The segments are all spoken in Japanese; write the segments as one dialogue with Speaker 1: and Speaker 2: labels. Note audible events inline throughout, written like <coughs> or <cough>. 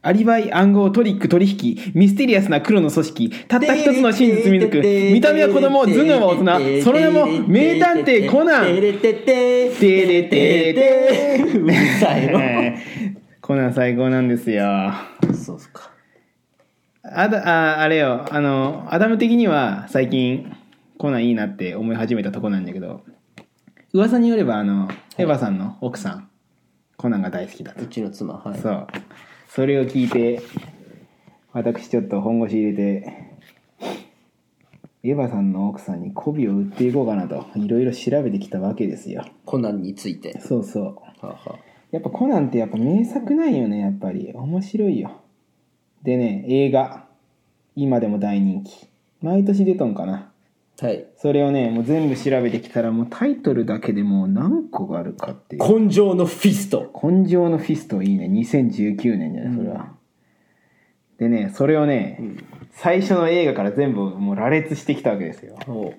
Speaker 1: アリバイ、暗号、トリック、取引、ミステリアスな黒の組織、たった一つの真実見抜く、見た目は子供、頭脳は大人、その名も名探偵コナン。
Speaker 2: てれてて
Speaker 1: てれてて
Speaker 2: うるさいの
Speaker 1: <laughs> コナン最高なんですよ。
Speaker 2: そうっすか
Speaker 1: あだ、あ、あれよ、あの、アダム的には最近、コナンいいなって思い始めたとこなんだけど、噂によれば、あの、エヴァさんの奥さん、コナンが大好きだと
Speaker 2: う。ちの妻はい
Speaker 1: そう。それを聞いて、私ちょっと本腰入れて、エヴァさんの奥さんに媚びを売っていこうかなと、いろいろ調べてきたわけですよ。
Speaker 2: コナンについて
Speaker 1: そうそう。
Speaker 2: はあは
Speaker 1: やっぱコナンってやっぱ名作なんよねやっぱり面白いよでね映画今でも大人気毎年出とんかな
Speaker 2: あはい
Speaker 1: それをねもう全部調べてきたらもうタイトルだけでもう何個があるかっていう
Speaker 2: 根性のフィスト
Speaker 1: 根性のフィストいいね2019年じゃないそれは、でねそれをね、最初の映画から全部もう羅列してきたわけですよ
Speaker 2: おう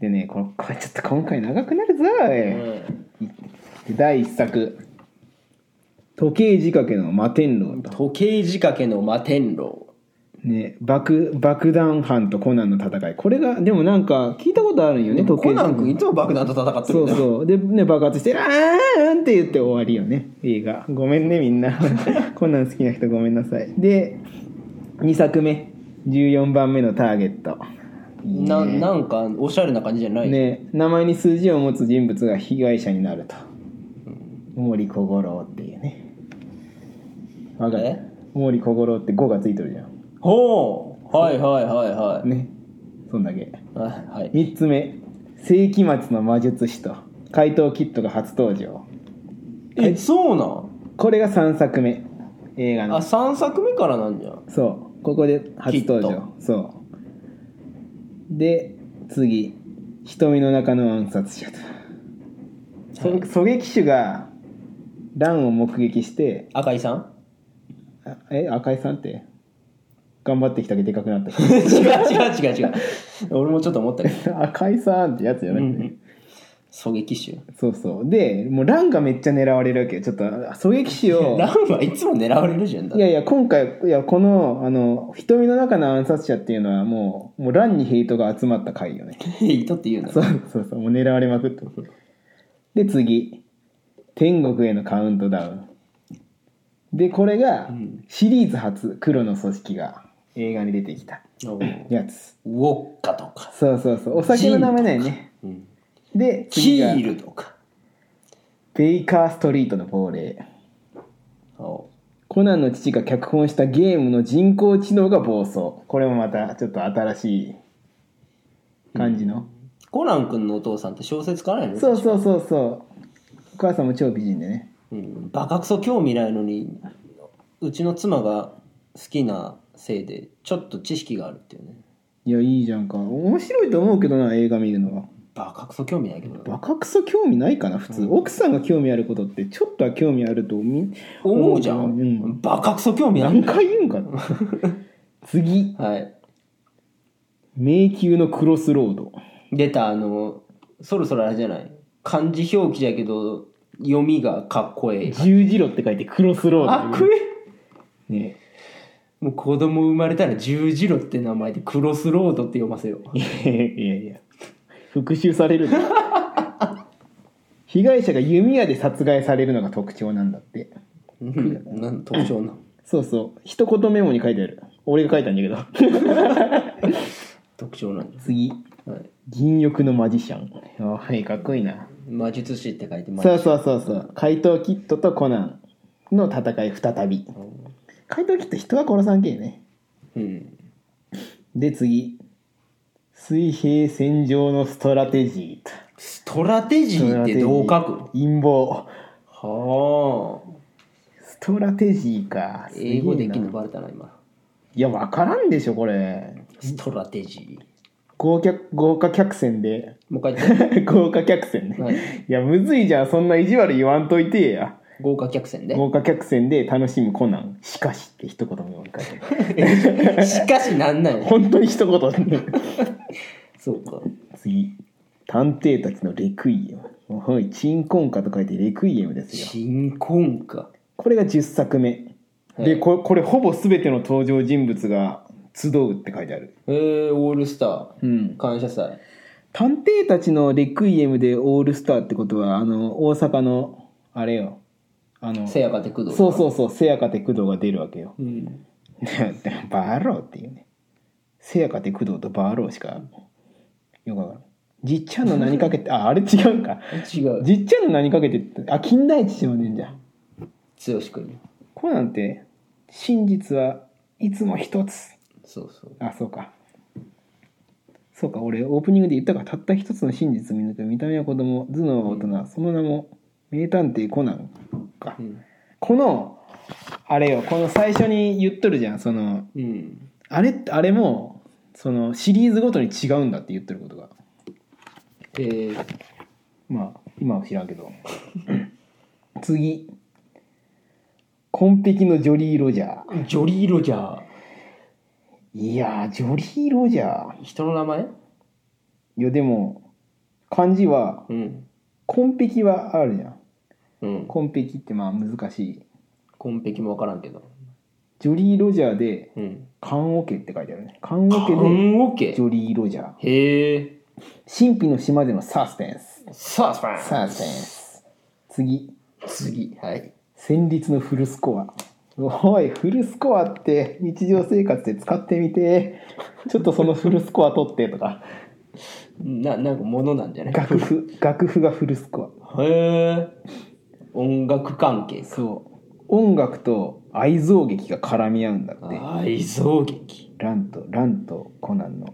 Speaker 1: でねこれこれちょっと今回長くなるぞおい、
Speaker 2: うん
Speaker 1: で第1作時計仕掛けの摩天楼と
Speaker 2: 時計仕掛けの摩天楼
Speaker 1: ね、爆爆弾犯とコナンの戦いこれがでもなんか聞いたことあるんよね時計
Speaker 2: コナン君いつも爆弾と戦ってる
Speaker 1: そ
Speaker 2: よ
Speaker 1: う
Speaker 2: ね
Speaker 1: そうでね爆発して「あーん!」って言って終わりよね映画ごめんねみんな <laughs> コナン好きな人ごめんなさいで2作目14番目のターゲットいいね
Speaker 2: ななんかおしゃれな感じじゃない、
Speaker 1: ね名前に数字を持つ人物が被害者になると毛利小五郎っていうねわかる
Speaker 2: え
Speaker 1: 毛利小五郎って5がついてるじゃん
Speaker 2: ほうはいはいはいはい
Speaker 1: ねそんだけ
Speaker 2: はいはい
Speaker 1: 3つ目世紀末の魔術師と怪盗キットが初登場
Speaker 2: えそうな
Speaker 1: これが3作目映画
Speaker 2: んあ
Speaker 1: の
Speaker 2: 三3作目からなんじゃん
Speaker 1: そうここで初登
Speaker 2: キッ
Speaker 1: 場そうで次瞳の中の暗殺者とそ
Speaker 2: はい
Speaker 1: 狙撃手がランを目撃して
Speaker 2: 赤井
Speaker 1: <laughs>
Speaker 2: さん
Speaker 1: あえ赤井さんって頑張ってきたけどでかくなった人
Speaker 2: 違う違う違う違う俺もちょっと思ったけ
Speaker 1: <laughs>
Speaker 2: ど
Speaker 1: 赤井さんってやつじゃなくて、
Speaker 2: 狙撃手
Speaker 1: そうそうでもうランがめっちゃ狙われるわけよちょっと狙撃手 <laughs> を
Speaker 2: ランはいつも狙われるじゃんだ
Speaker 1: いやいや、今回、いや、この、あの、瞳の中の暗殺者っていうのはもう、もう乱にヘイトが集まった回よ
Speaker 2: <laughs>
Speaker 1: ね。
Speaker 2: ヘイトって言うな
Speaker 1: そうそうそう、もう狙われまくってるで、次。天国へのカウントダウン。で、これが
Speaker 2: ん、
Speaker 1: シリーズ初、黒の組織が映画に出てきた
Speaker 2: おう
Speaker 1: やつ。
Speaker 2: ウォッカとか、
Speaker 1: そうそうそう、お酒の名前ないね。
Speaker 2: うん、
Speaker 1: で、
Speaker 2: キ
Speaker 1: 次が
Speaker 2: ー、ルとか
Speaker 1: ベイカーストリートの亡霊。
Speaker 2: お
Speaker 1: コナンの父が脚本したゲームの人工知能が暴走これもまたちょっと新しい感じの、
Speaker 2: うコナン君のお父さんって小説からやね
Speaker 1: そうそうそうそうお母さんも超美人でね
Speaker 2: うん、バカクソ興味ないのにうちの妻が好きなせいでちょっと知識があるっていうね
Speaker 1: いやいいじゃんか面白いと思うけどな映画見るのは
Speaker 2: バカクソ興味ないけど
Speaker 1: バカクソ興味ないかな普通、奥さんが興味あることってちょっとは興味あると思う
Speaker 2: 思うじゃん、
Speaker 1: うん
Speaker 2: バカクソ興味ない
Speaker 1: 何回言うんかな次
Speaker 2: はい
Speaker 1: 迷宮のクロスロード
Speaker 2: 出たあのそろそろあれじゃない漢字表記じゃけど読みがかっこええ
Speaker 1: 十字路って書いてクロスロ
Speaker 2: あ
Speaker 1: ード
Speaker 2: くえ
Speaker 1: ね
Speaker 2: もう子供生まれたら十字路って名前でクロスロードって読ませよう
Speaker 1: いやいやいや復讐されるね被害者が弓矢で殺害されるのが特徴なんだって
Speaker 2: うんなん特徴な
Speaker 1: そうそう一言メモに書いてある俺が書いたんだけど <laughs>
Speaker 2: 特徴なんです、
Speaker 1: 次
Speaker 2: はい、
Speaker 1: 銀翼のマジシャンあはいかっこいいな
Speaker 2: 魔術師って書いてます
Speaker 1: そうそうそうそう怪盗キットとコナンの戦い再び怪盗キット人は殺さんけえね
Speaker 2: うん
Speaker 1: で次水平線上のストラテジー
Speaker 2: ストラテジーってどう書く
Speaker 1: ストラテジー陰謀
Speaker 2: はあ
Speaker 1: ストラテジーかすげえな
Speaker 2: 英語できんのバレたな今
Speaker 1: いや、わからんでしょ、これ。
Speaker 2: ストラテジー
Speaker 1: 豪客、豪華客船で。 <laughs>
Speaker 2: もう一 <laughs> 回言って
Speaker 1: 豪華客船ね。
Speaker 2: はい
Speaker 1: い、や、むずいじゃん。そんな意地悪言わんといてや。
Speaker 2: 豪華客船で
Speaker 1: 豪華客船で楽しむコナン。しかしって一言も言わんかい。
Speaker 2: しかしなん <laughs> ない
Speaker 1: 本当に一言、ね。
Speaker 2: そうか
Speaker 1: 次。探偵たちのレクイエム。はい、鎮魂歌と書いてレクイエムですよ。
Speaker 2: 新婚か
Speaker 1: これが10作目。でこれこれほぼ全ての登場人物が集うって書いてある、
Speaker 2: えー、オールスター
Speaker 1: うん、
Speaker 2: 感謝祭
Speaker 1: 探偵たちのレクイエムでオールスターってことはあの大阪のあれよあの
Speaker 2: せやかて工藤
Speaker 1: そうそうそうせやかて工藤が出るわけよ <laughs>
Speaker 2: う、うん、
Speaker 1: でバーローっていうねせやかて工藤とバーローしかよくわからんじっちゃんの何かけ
Speaker 2: <laughs>
Speaker 1: てああれ違うか
Speaker 2: 違う
Speaker 1: じっちゃんの何かけてってあ金田一少年じゃん
Speaker 2: 剛君
Speaker 1: こうなんて真実はいつも一つ
Speaker 2: そうそう
Speaker 1: あそうかそうか俺オープニングで言ったからたった一つの真実を見抜く見た目は子供頭脳は大人、その名も名探偵コナンか、
Speaker 2: うん、
Speaker 1: このあれよこの最初に言っとるじゃんその
Speaker 2: うん、
Speaker 1: あれあれもそのシリーズごとに違うんだって言ってることが
Speaker 2: えー、
Speaker 1: まあ今は知らんけど次紺碧のジョリー・ロジャー
Speaker 2: ジョリー・ロジャー
Speaker 1: いやージョリー・ロジャー
Speaker 2: 人の名前
Speaker 1: いやでも漢字は
Speaker 2: うん
Speaker 1: 紺碧はあるじゃん
Speaker 2: うん
Speaker 1: 紺碧ってまあ難しい
Speaker 2: 紺碧も分からんけど
Speaker 1: ジョリー・ロジャーで
Speaker 2: うん
Speaker 1: 棺桶って書いてあるね棺
Speaker 2: オ
Speaker 1: 桶で
Speaker 2: ケ
Speaker 1: ジョリー・ロジャー
Speaker 2: へえ
Speaker 1: 神秘の島でのサスペンス
Speaker 2: サスペンス
Speaker 1: サスペンス次
Speaker 2: 次はい
Speaker 1: 戦慄のフルスコアおいフルスコアって日常生活で使ってみてちょっとそのフルスコア取ってとか
Speaker 2: ななんかものなんじゃない
Speaker 1: 楽譜楽譜がフルスコ
Speaker 2: へえ音楽関係
Speaker 1: アそう音楽と愛憎劇が絡み合うんだって
Speaker 2: 愛憎劇
Speaker 1: ランとランとコナンの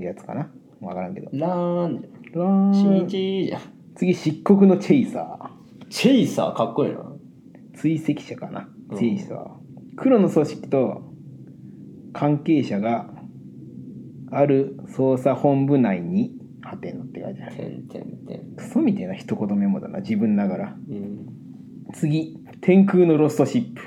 Speaker 1: やつかな分からんけど
Speaker 2: ラーンじ
Speaker 1: ラー
Speaker 2: ゃん
Speaker 1: ン
Speaker 2: 新一じゃん
Speaker 1: 次漆黒のチェイサ
Speaker 2: チェイサーかっこいいな
Speaker 1: ー追跡者かな、
Speaker 2: うん
Speaker 1: チェイサー黒の組織と関係者がある捜査本部内にハテナって書いてある
Speaker 2: てんてんてん
Speaker 1: クソみたいな一言メモだな自分ながら
Speaker 2: うん
Speaker 1: 次天空のロストシップ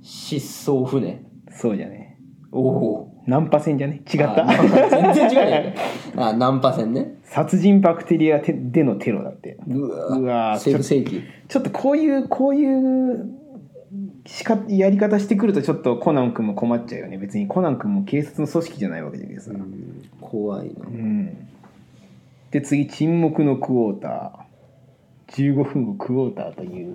Speaker 2: 失踪船
Speaker 1: そうじゃね
Speaker 2: おお
Speaker 1: ナンパ船じゃね違った
Speaker 2: 全然違うやんあナンパ船ね
Speaker 1: <laughs> 殺人バクテリアてでのテロだって
Speaker 2: うわ
Speaker 1: うわー
Speaker 2: セーブ世紀
Speaker 1: ちょっとこういうこういうしかやり方してくるとちょっとコナン君も困っちゃうよね別にコナン君も警察の組織じゃないわけだけどさ、
Speaker 2: うん怖いな
Speaker 1: うんで次「沈黙のクォーター」15分後クォーターという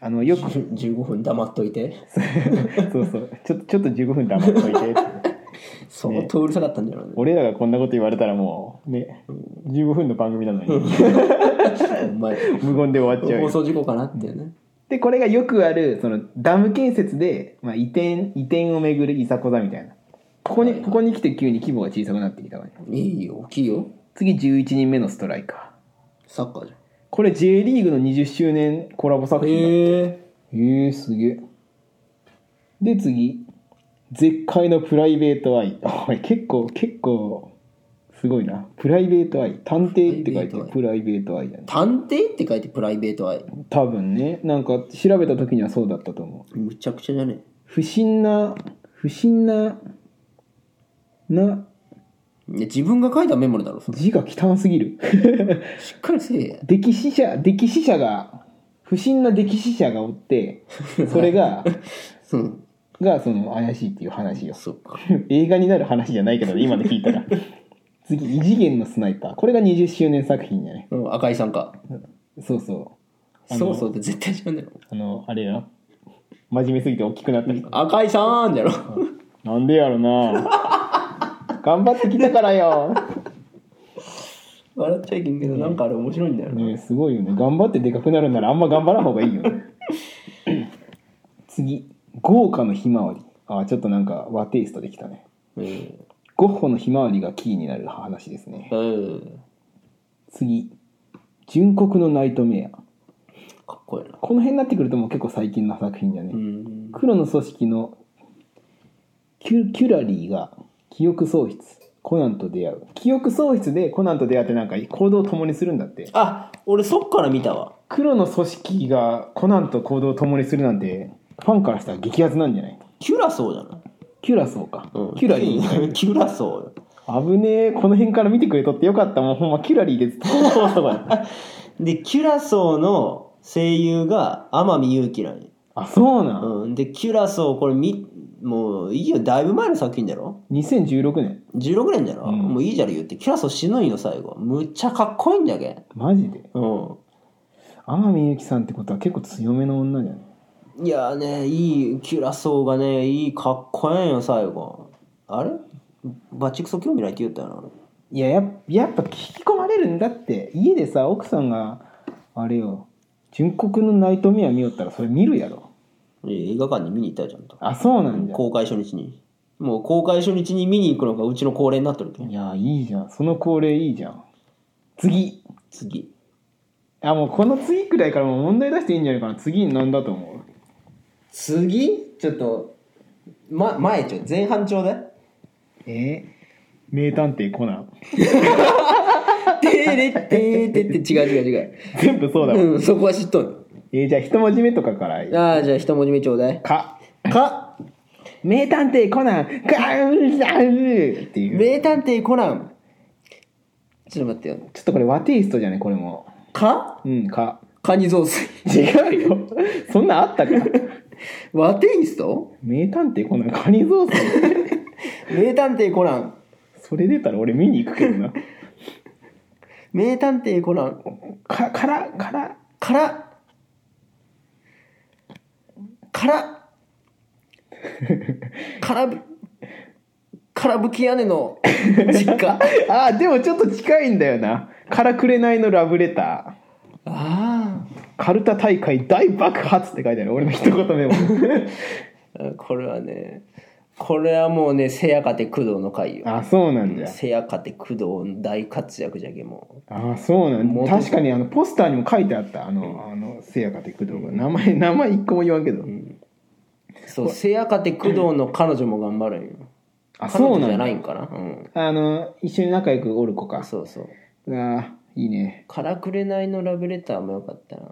Speaker 1: あのよ
Speaker 2: <laughs>
Speaker 1: くそう
Speaker 2: 15分黙っといて
Speaker 1: そうちょっとちょっと15分黙っといてって
Speaker 2: 相当うるさかったんじゃない
Speaker 1: 俺らがこんなこと言われたらもうね15分の番組なのに
Speaker 2: お前
Speaker 1: 無言で終わっちゃう
Speaker 2: 放
Speaker 1: よ
Speaker 2: 送事故かなっていうね
Speaker 1: でこれがよくあるそのダム建設で、まあ、移転移転をめぐるいざこざみたいなここ
Speaker 2: はいは
Speaker 1: に
Speaker 2: い
Speaker 1: ここに来て急に規模が小さくなってきたわね
Speaker 2: いいよ大きいよ
Speaker 1: 次11人目のストライカー
Speaker 2: サッカーじゃ
Speaker 1: これ J リーグの20周年コラボ作
Speaker 2: ん
Speaker 1: 品だ
Speaker 2: へえ
Speaker 1: へえすげえで次絶海のプライベート愛おい結構結構すごいなプライベート愛探偵って書いてるプライベート愛だね
Speaker 2: 探偵って書いてプライベート愛
Speaker 1: 多分ねなんか調べた時にはそうだったと思う
Speaker 2: むちゃくちゃじゃね
Speaker 1: 不審な不審なな
Speaker 2: えいや自分が書いたメモだろそれ
Speaker 1: 字が汚すぎる <laughs>
Speaker 2: しっかりせえや
Speaker 1: 溺死者溺死者が不審な溺死者がおってそれが
Speaker 2: うん
Speaker 1: がその怪しいっていう話よ
Speaker 2: そっか
Speaker 1: <laughs> 映画になる話じゃ
Speaker 2: <laughs>
Speaker 1: ないけど今で聞いたら次異次元のスナイパーこれが20周年作品じゃね
Speaker 2: うん赤井さんか
Speaker 1: そうそうあ
Speaker 2: そ
Speaker 1: の
Speaker 2: うそうって絶対違うんだろ
Speaker 1: あのあれや真面目すぎて大きくなった人
Speaker 2: 赤井さんじゃろ
Speaker 1: なんでやろな
Speaker 2: <laughs>
Speaker 1: 頑張ってきたからよ
Speaker 2: 笑っちゃいけんけどなんかあれ面白いんだよな
Speaker 1: ねすごいよね頑張ってでかくなるならあんま頑張らん方がいいよ
Speaker 2: <laughs>
Speaker 1: ね次豪華のひまわりあちょっとなんか和テイストできたね
Speaker 2: うん
Speaker 1: ゴッホのひまわりがキーになる話ですね
Speaker 2: うん
Speaker 1: 次純国のナイトメア
Speaker 2: かっこいいな
Speaker 1: この辺になってくるともう結構最近の作品じゃね、
Speaker 2: うん
Speaker 1: 黒の組織のキュキュラリーが記憶喪失コナンと出会う記憶喪失でコナンと出会ってなんか行動を共にするんだって
Speaker 2: あ俺そっから見たわ
Speaker 1: 黒の組織がコナンと行動を共にするなんてファンからしたら激アツなんじゃない
Speaker 2: キュラソーじゃない
Speaker 1: キュラソーか、
Speaker 2: うん
Speaker 1: キュラリー
Speaker 2: <laughs> キュラソーよ
Speaker 1: 危ねえこの辺 <laughs> から見てくれとってよかったもうほんまキュラリーでずっと通すとこや
Speaker 2: でキュラソーの声優が天海祐希なんよ
Speaker 1: あそうなん、
Speaker 2: うん、でキュラソーこれみもういいよだいぶ前の作品だろ
Speaker 1: 2016年
Speaker 2: 16年じゃろ、
Speaker 1: うん
Speaker 2: もういいじゃろ言ってキュラソー死ぬんよ最後むっちゃかっこいいんじゃけ
Speaker 1: マジで
Speaker 2: う
Speaker 1: 天海祐希さんってことは結構強めの女じゃね
Speaker 2: んいやーねいいキュラソーがねいいかっこええんよ最後あれバチクソ興味ないって言ったよな俺
Speaker 1: いややっやっぱ引き込まれるんだって家でさ奥さんがあれよ純国のナイトメア見よったらそれ見るやろ
Speaker 2: いや映画館に見に行ったよちゃんと
Speaker 1: あそうなんじゃ
Speaker 2: 公開初日にもう公開初日に見に行くのがうちの恒例になってるけん
Speaker 1: いやいいじゃんその恒例いいじゃん次
Speaker 2: 次
Speaker 1: あもうこの次くらいからもう問題出していいんじゃないかな次に何だと思う
Speaker 2: 次ちょっと、ま、前ちょ前半ちょうだい <laughs>
Speaker 1: え名探偵コナン
Speaker 2: てれててって違う違う違う
Speaker 1: 全部そうだもん、
Speaker 2: うんそこは知っとる
Speaker 1: えーじゃあ一文字目とかから
Speaker 2: ああじゃあ一文字目ちょうだい
Speaker 1: かか名探偵コナンかうざうっていう
Speaker 2: 名探偵コナンちょっと待ってよ
Speaker 1: ちょっとこれ和テイストじゃねこれも
Speaker 2: か
Speaker 1: うんか
Speaker 2: カニ雑炊
Speaker 1: 違うよそんなんあったか
Speaker 2: 和テイスト
Speaker 1: 名探偵コナンカニ雑炊
Speaker 2: 名探偵コナン
Speaker 1: それ出たら俺見に行くけどな
Speaker 2: 名探偵コナン
Speaker 1: かからから
Speaker 2: からからからぶからぶき屋根の実家
Speaker 1: あーでもちょっと近いんだよな「からくれないのラブレタ
Speaker 2: あ
Speaker 1: ー」「カルタ大会大爆発」って書いてある俺の一言目も
Speaker 2: あこれはねこれはもうねせやかて工藤の回よ
Speaker 1: あそうなんだよ
Speaker 2: せやかて工藤の大活躍じゃけも
Speaker 1: あそうなんだ
Speaker 2: 元
Speaker 1: 確かにあのポスターにも書いてあったあのあのせやかて工藤が名前名前一個も言わんけど、
Speaker 2: うそうせやかて工藤の彼女も頑張るんよ
Speaker 1: あ
Speaker 2: 彼
Speaker 1: そうな
Speaker 2: 女じゃ
Speaker 1: ん
Speaker 2: ない
Speaker 1: だ
Speaker 2: んかなうん
Speaker 1: あの一緒に仲良くおる子か
Speaker 2: そうそう
Speaker 1: あーいいね
Speaker 2: 「からくれないのラブレター」もよかったな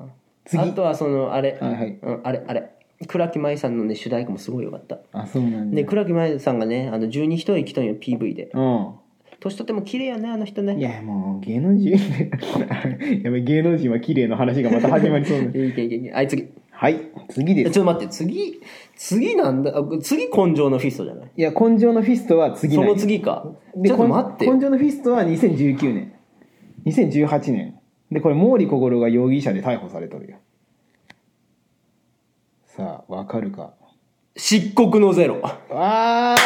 Speaker 1: 次
Speaker 2: あとはそのあれ、
Speaker 1: はいはい
Speaker 2: うん、あれあれ倉木舞さんのね主題歌もすごいよかった
Speaker 1: あそうなんだ
Speaker 2: で倉木舞さんがねあの十二一人来とんよ PV で
Speaker 1: う
Speaker 2: 年とっても綺麗やねあの人
Speaker 1: んい
Speaker 2: ね
Speaker 1: やもう芸能人やべ芸能人は綺麗の話がまた始まりそうな <laughs>
Speaker 2: いけいけいけはい次ち
Speaker 1: はい次で
Speaker 2: ょっ
Speaker 1: す
Speaker 2: と待って次次なんだあ次根性のフィストじゃない
Speaker 1: いや根性のフィストは次
Speaker 2: そ
Speaker 1: ない
Speaker 2: の次か
Speaker 1: で
Speaker 2: ちょっと待って
Speaker 1: 根根性のフィストは2019年2018年でこれ毛利小五郎が容疑者で逮捕されとるよさあわかるか
Speaker 2: 漆黒のゼロ
Speaker 1: あ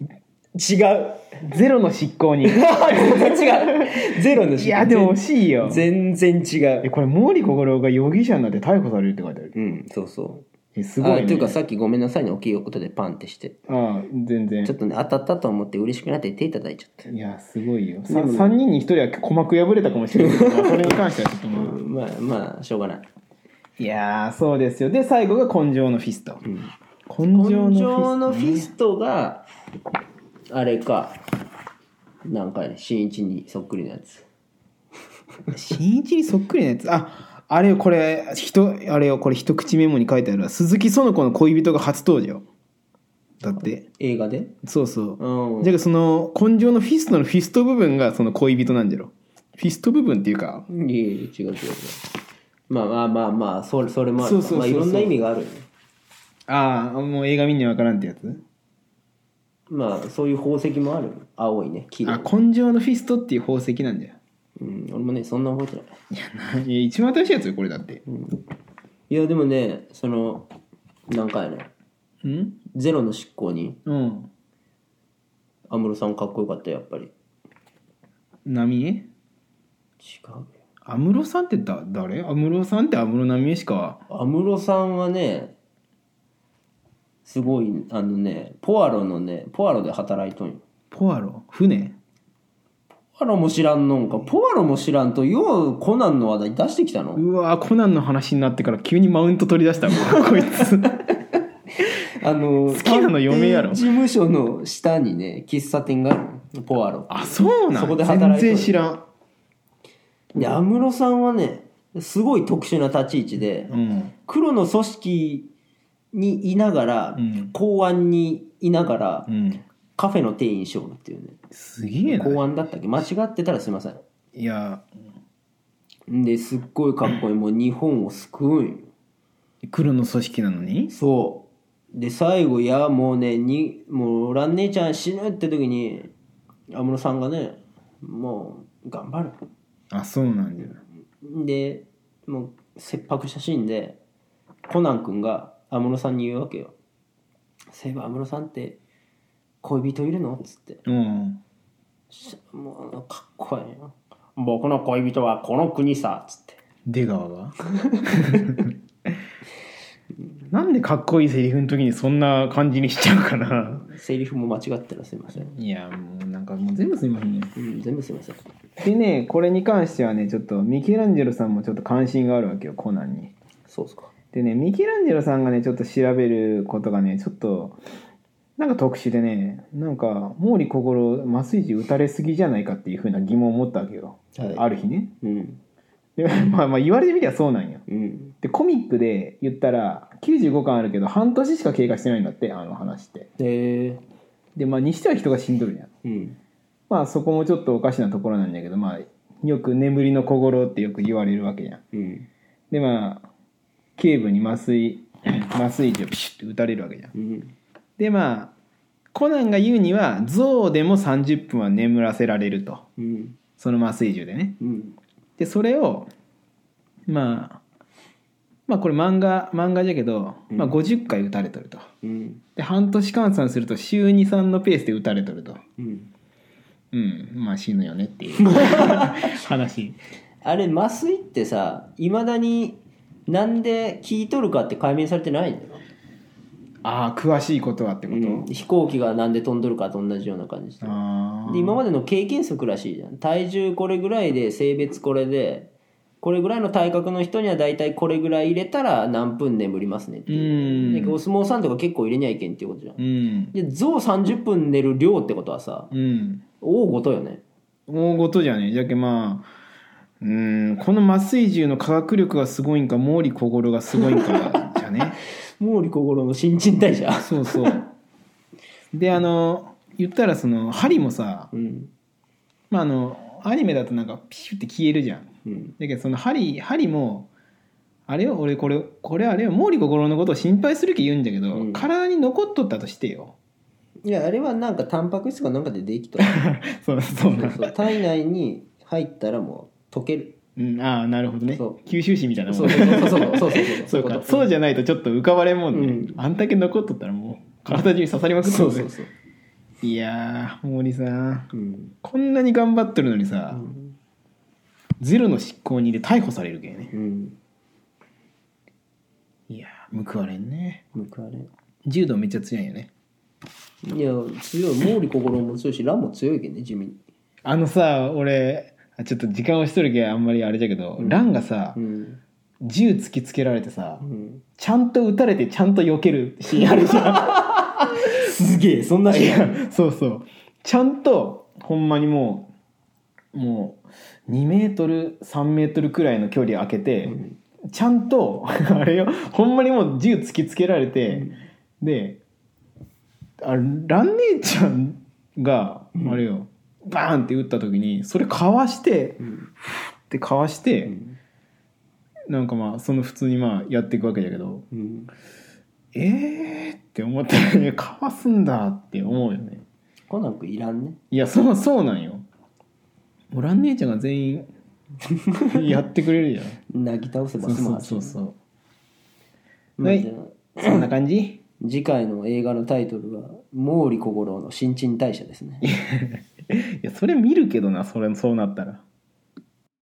Speaker 2: 違う
Speaker 1: ーゼロの執行 <laughs> 人
Speaker 2: 全然違うゼロの
Speaker 1: いやでも惜しいよ
Speaker 2: 全然違
Speaker 1: え
Speaker 2: う
Speaker 1: これ毛利小五郎が容疑者になって逮捕されるって書いてある
Speaker 2: うんそうそう
Speaker 1: えすごい、
Speaker 2: あ
Speaker 1: ね、
Speaker 2: というかさっきごめんなさいね大きいことでパンってして
Speaker 1: ああ全然
Speaker 2: ちょっとね当たったと思って嬉しくなって手いただいちゃった
Speaker 1: いやすごいよさ3人に1人は鼓膜破れたかもしれないけど <laughs> まあそれに関してはちょっとまあ
Speaker 2: まあまあしょうがない
Speaker 1: いやーそうですよで最後が根性のフィスト、根性
Speaker 2: 根性
Speaker 1: の
Speaker 2: の
Speaker 1: フ
Speaker 2: フ
Speaker 1: ィス
Speaker 2: ィストがあれかなんかね新一にそっくりなやつ
Speaker 1: ト新一にそっくりなやつああれよこれ人あれよこれ一口メモに書いてあるわ鈴木園子の恋人が初登場だって
Speaker 2: 映画で
Speaker 1: そうそう、
Speaker 2: うん
Speaker 1: じゃあその根性のフィストのフィスト部分がその恋人なんじゃろフィスト部分っていうか
Speaker 2: いえいえ違う違う違うまあまあまあまあそれそれもある
Speaker 1: そうそうそうそう
Speaker 2: まあ、いろんな意味があるよね
Speaker 1: ああもう映画見にわからんってやつ
Speaker 2: まあそういう宝石もあるよ青いね黄色い
Speaker 1: あ根性のフィストっていう宝石なんじゃ
Speaker 2: うん俺もねそんな覚えてない
Speaker 1: いや <laughs> ないや一番新しいやつよこれだって
Speaker 2: いやでもねそのなんかやね
Speaker 1: うん
Speaker 2: ゼロの執行人
Speaker 1: うん
Speaker 2: 安室さんかっこよかったよやっぱり違
Speaker 1: 波江
Speaker 2: うよ
Speaker 1: 安室さんってだ誰安室さんって安室奈美恵しか
Speaker 2: 安室さんはねすごいあのねポアロのねポアロで働いとんよ
Speaker 1: ポアロ船
Speaker 2: ポアロも知らんのんかポアロも知らんとようコナンの話題出してきたの
Speaker 1: うわーコナンの話になってから急にマウント取り出したわ <laughs> こい
Speaker 2: <laughs>
Speaker 1: つ
Speaker 2: あの好
Speaker 1: きなの嫁やろ
Speaker 2: 事務所の下にね喫茶店があるのポアロ
Speaker 1: あそうなん
Speaker 2: そこで働いて
Speaker 1: 全
Speaker 2: る
Speaker 1: 然知らん
Speaker 2: で安室さんはねすごい特殊な立ち位置で
Speaker 1: うん
Speaker 2: 黒の組織にいながら、
Speaker 1: うん
Speaker 2: 公安にいながら、
Speaker 1: うん
Speaker 2: カフェの店員しよるっていうね
Speaker 1: すげえな
Speaker 2: 公安だったっけ間違ってたらすいません
Speaker 1: いや
Speaker 2: ですっごいかっこいいもう日本を救うんよ
Speaker 1: 黒の組織なのに
Speaker 2: そうで最後いやもうねにもうラン姉ちゃん死ぬって時に安室さんがねもう頑張る
Speaker 1: あそうなんだよ
Speaker 2: でもう切迫したシーンでコナン君が安室さんに言うわけよ「そういえば安室さんって恋人いるの?」っつって
Speaker 1: うん
Speaker 2: しもうかっこいいよ僕の恋人はこの国さ」っつって
Speaker 1: 出川
Speaker 2: <laughs>
Speaker 1: が <laughs> なんでかっこいいセリフの時にそんな感じにしちゃうかな
Speaker 2: セリフも間違ったらすいません、
Speaker 1: いやもうなんかもう全部すみませんね
Speaker 2: うん、全部すいません
Speaker 1: でねこれに関してはねちょっとミケランジェロさんもちょっと関心があるわけよコナンに
Speaker 2: そうっすか
Speaker 1: でねミケランジェロさんがねちょっと調べることがねちょっとなんか特殊でねなんか毛利心麻酔銃打たれすぎじゃないかっていうふうな疑問を持ったわけよ、
Speaker 2: はい
Speaker 1: ある日ね
Speaker 2: うん
Speaker 1: で <laughs> まあまあ言われてみりゃそうなんよ
Speaker 2: うん
Speaker 1: でコミックで言ったら95巻あるけど半年しか経過してないんだってあの話って
Speaker 2: へえ
Speaker 1: でまあにしては人が死んどるじゃん
Speaker 2: うん
Speaker 1: まあそこもちょっとおかしなところなんだけどまあよく眠りの小五郎ってよく言われるわけじゃん
Speaker 2: うん
Speaker 1: でまあ頸部に麻酔 <clears throat> 麻酔銃をピシュッて打たれるわけじゃん
Speaker 2: うん
Speaker 1: でまあコナンが言うには象でも30分は眠らせられると
Speaker 2: うん
Speaker 1: その麻酔銃でね
Speaker 2: うん
Speaker 1: でそれをまあまあこれ漫画漫画じゃけど、まあ、
Speaker 2: うん
Speaker 1: 50回打たれとると、
Speaker 2: うん
Speaker 1: で半年換算すると週23のペースで打たれとると
Speaker 2: うん
Speaker 1: うんまあ死ぬよねっていう
Speaker 2: <laughs>
Speaker 1: <laughs> 話
Speaker 2: あれ麻酔ってさいまだになんで聞いとるかって解明されてないんだよ、
Speaker 1: ああ詳しいことはってこ
Speaker 2: う
Speaker 1: と、
Speaker 2: ん、飛行機がなんで飛んどるかと同じような感じで
Speaker 1: ああ
Speaker 2: で今までの経験則らしいじゃん体重これぐらいで性別これでこれぐらいの体格の人には大体これぐらい入れたら何分眠りますねっていう
Speaker 1: うん
Speaker 2: でお相撲さんとか結構入れにゃいけんっていうことじゃん
Speaker 1: うん
Speaker 2: で象30分寝る量ってことはさ
Speaker 1: うん
Speaker 2: 大ごとよね
Speaker 1: 大ごとじゃねえじゃけまあうんこの麻酔銃の科学力がすごいんか毛利小五郎がすごいんかじゃね
Speaker 2: 毛利小五郎の新陳代謝
Speaker 1: そうそうであの言ったらその針もさ
Speaker 2: うん
Speaker 1: まああのアニメだとなんかピシュって消えるじゃん
Speaker 2: うん
Speaker 1: だけどその針針もあれよ俺これこれあれよ毛利小五郎のことを心配する気言うんだけど、
Speaker 2: うん
Speaker 1: 体に残っとったとしてよ
Speaker 2: いやあれはなんかタンパク質かなんかでできた
Speaker 1: そうそう
Speaker 2: そ
Speaker 1: な
Speaker 2: うそう体内に入ったらもう溶ける
Speaker 1: うん、ああなるほどね
Speaker 2: そう
Speaker 1: 吸収紙みたいなも
Speaker 2: そ
Speaker 1: ん
Speaker 2: う
Speaker 1: ね
Speaker 2: そうそうそうそうそう
Speaker 1: そうう
Speaker 2: い
Speaker 1: か
Speaker 2: こと
Speaker 1: そうじゃないとちょっと浮かばれんもんね、
Speaker 2: うん
Speaker 1: あんだけ残っとったらもう体中に刺さりまくっ
Speaker 2: そ
Speaker 1: と
Speaker 2: う
Speaker 1: るぜ
Speaker 2: そうそう
Speaker 1: いやー毛利さん
Speaker 2: うん
Speaker 1: こんなに頑張ってるのにさ、
Speaker 2: うん
Speaker 1: ゼロの執行人で逮捕されるけんね
Speaker 2: うん
Speaker 1: いやー報われんね
Speaker 2: 報われん
Speaker 1: 柔道めっちゃ強いよね
Speaker 2: いや強い毛利小五郎も強いしランも強いけどね地味に
Speaker 1: あのさ俺あちょっと時間押しとるけんあんまりあれじゃけど、
Speaker 2: うん
Speaker 1: ランがさ
Speaker 2: うん
Speaker 1: 銃突きつけられてさ、
Speaker 2: うん
Speaker 1: ちゃんと撃たれてちゃんと避けるシーンあるじゃん
Speaker 2: すげえそんない
Speaker 1: やそうそうちゃんとほんまにもうもう2メートル3メートルくらいの距離空けて、ちゃんと <laughs> あれよほんまにもう銃突きつけられて、であラン姉ちゃんがあれよ、バーンって撃った時にそれかわして
Speaker 2: う
Speaker 1: っ
Speaker 2: ん
Speaker 1: てかわして、
Speaker 2: うん
Speaker 1: なんかまあその普通にまあやっていくわけだけど
Speaker 2: うん
Speaker 1: えーって思ったらいやかわすんだって思うよね。
Speaker 2: コナン君いらんね
Speaker 1: いやそうそうなんよもうラン姉ちゃんが全 <laughs> 員やってくれるじゃん
Speaker 2: なぎ倒せ
Speaker 1: そ
Speaker 2: ば
Speaker 1: う
Speaker 2: 済
Speaker 1: そ
Speaker 2: ま
Speaker 1: うそうそう
Speaker 2: うは
Speaker 1: はい
Speaker 2: い
Speaker 1: そんな <coughs> 感じ
Speaker 2: 次回の映画のタイトルは毛利小五郎の新陳代謝ですね
Speaker 1: いやそれ見るけどなそれそうなったら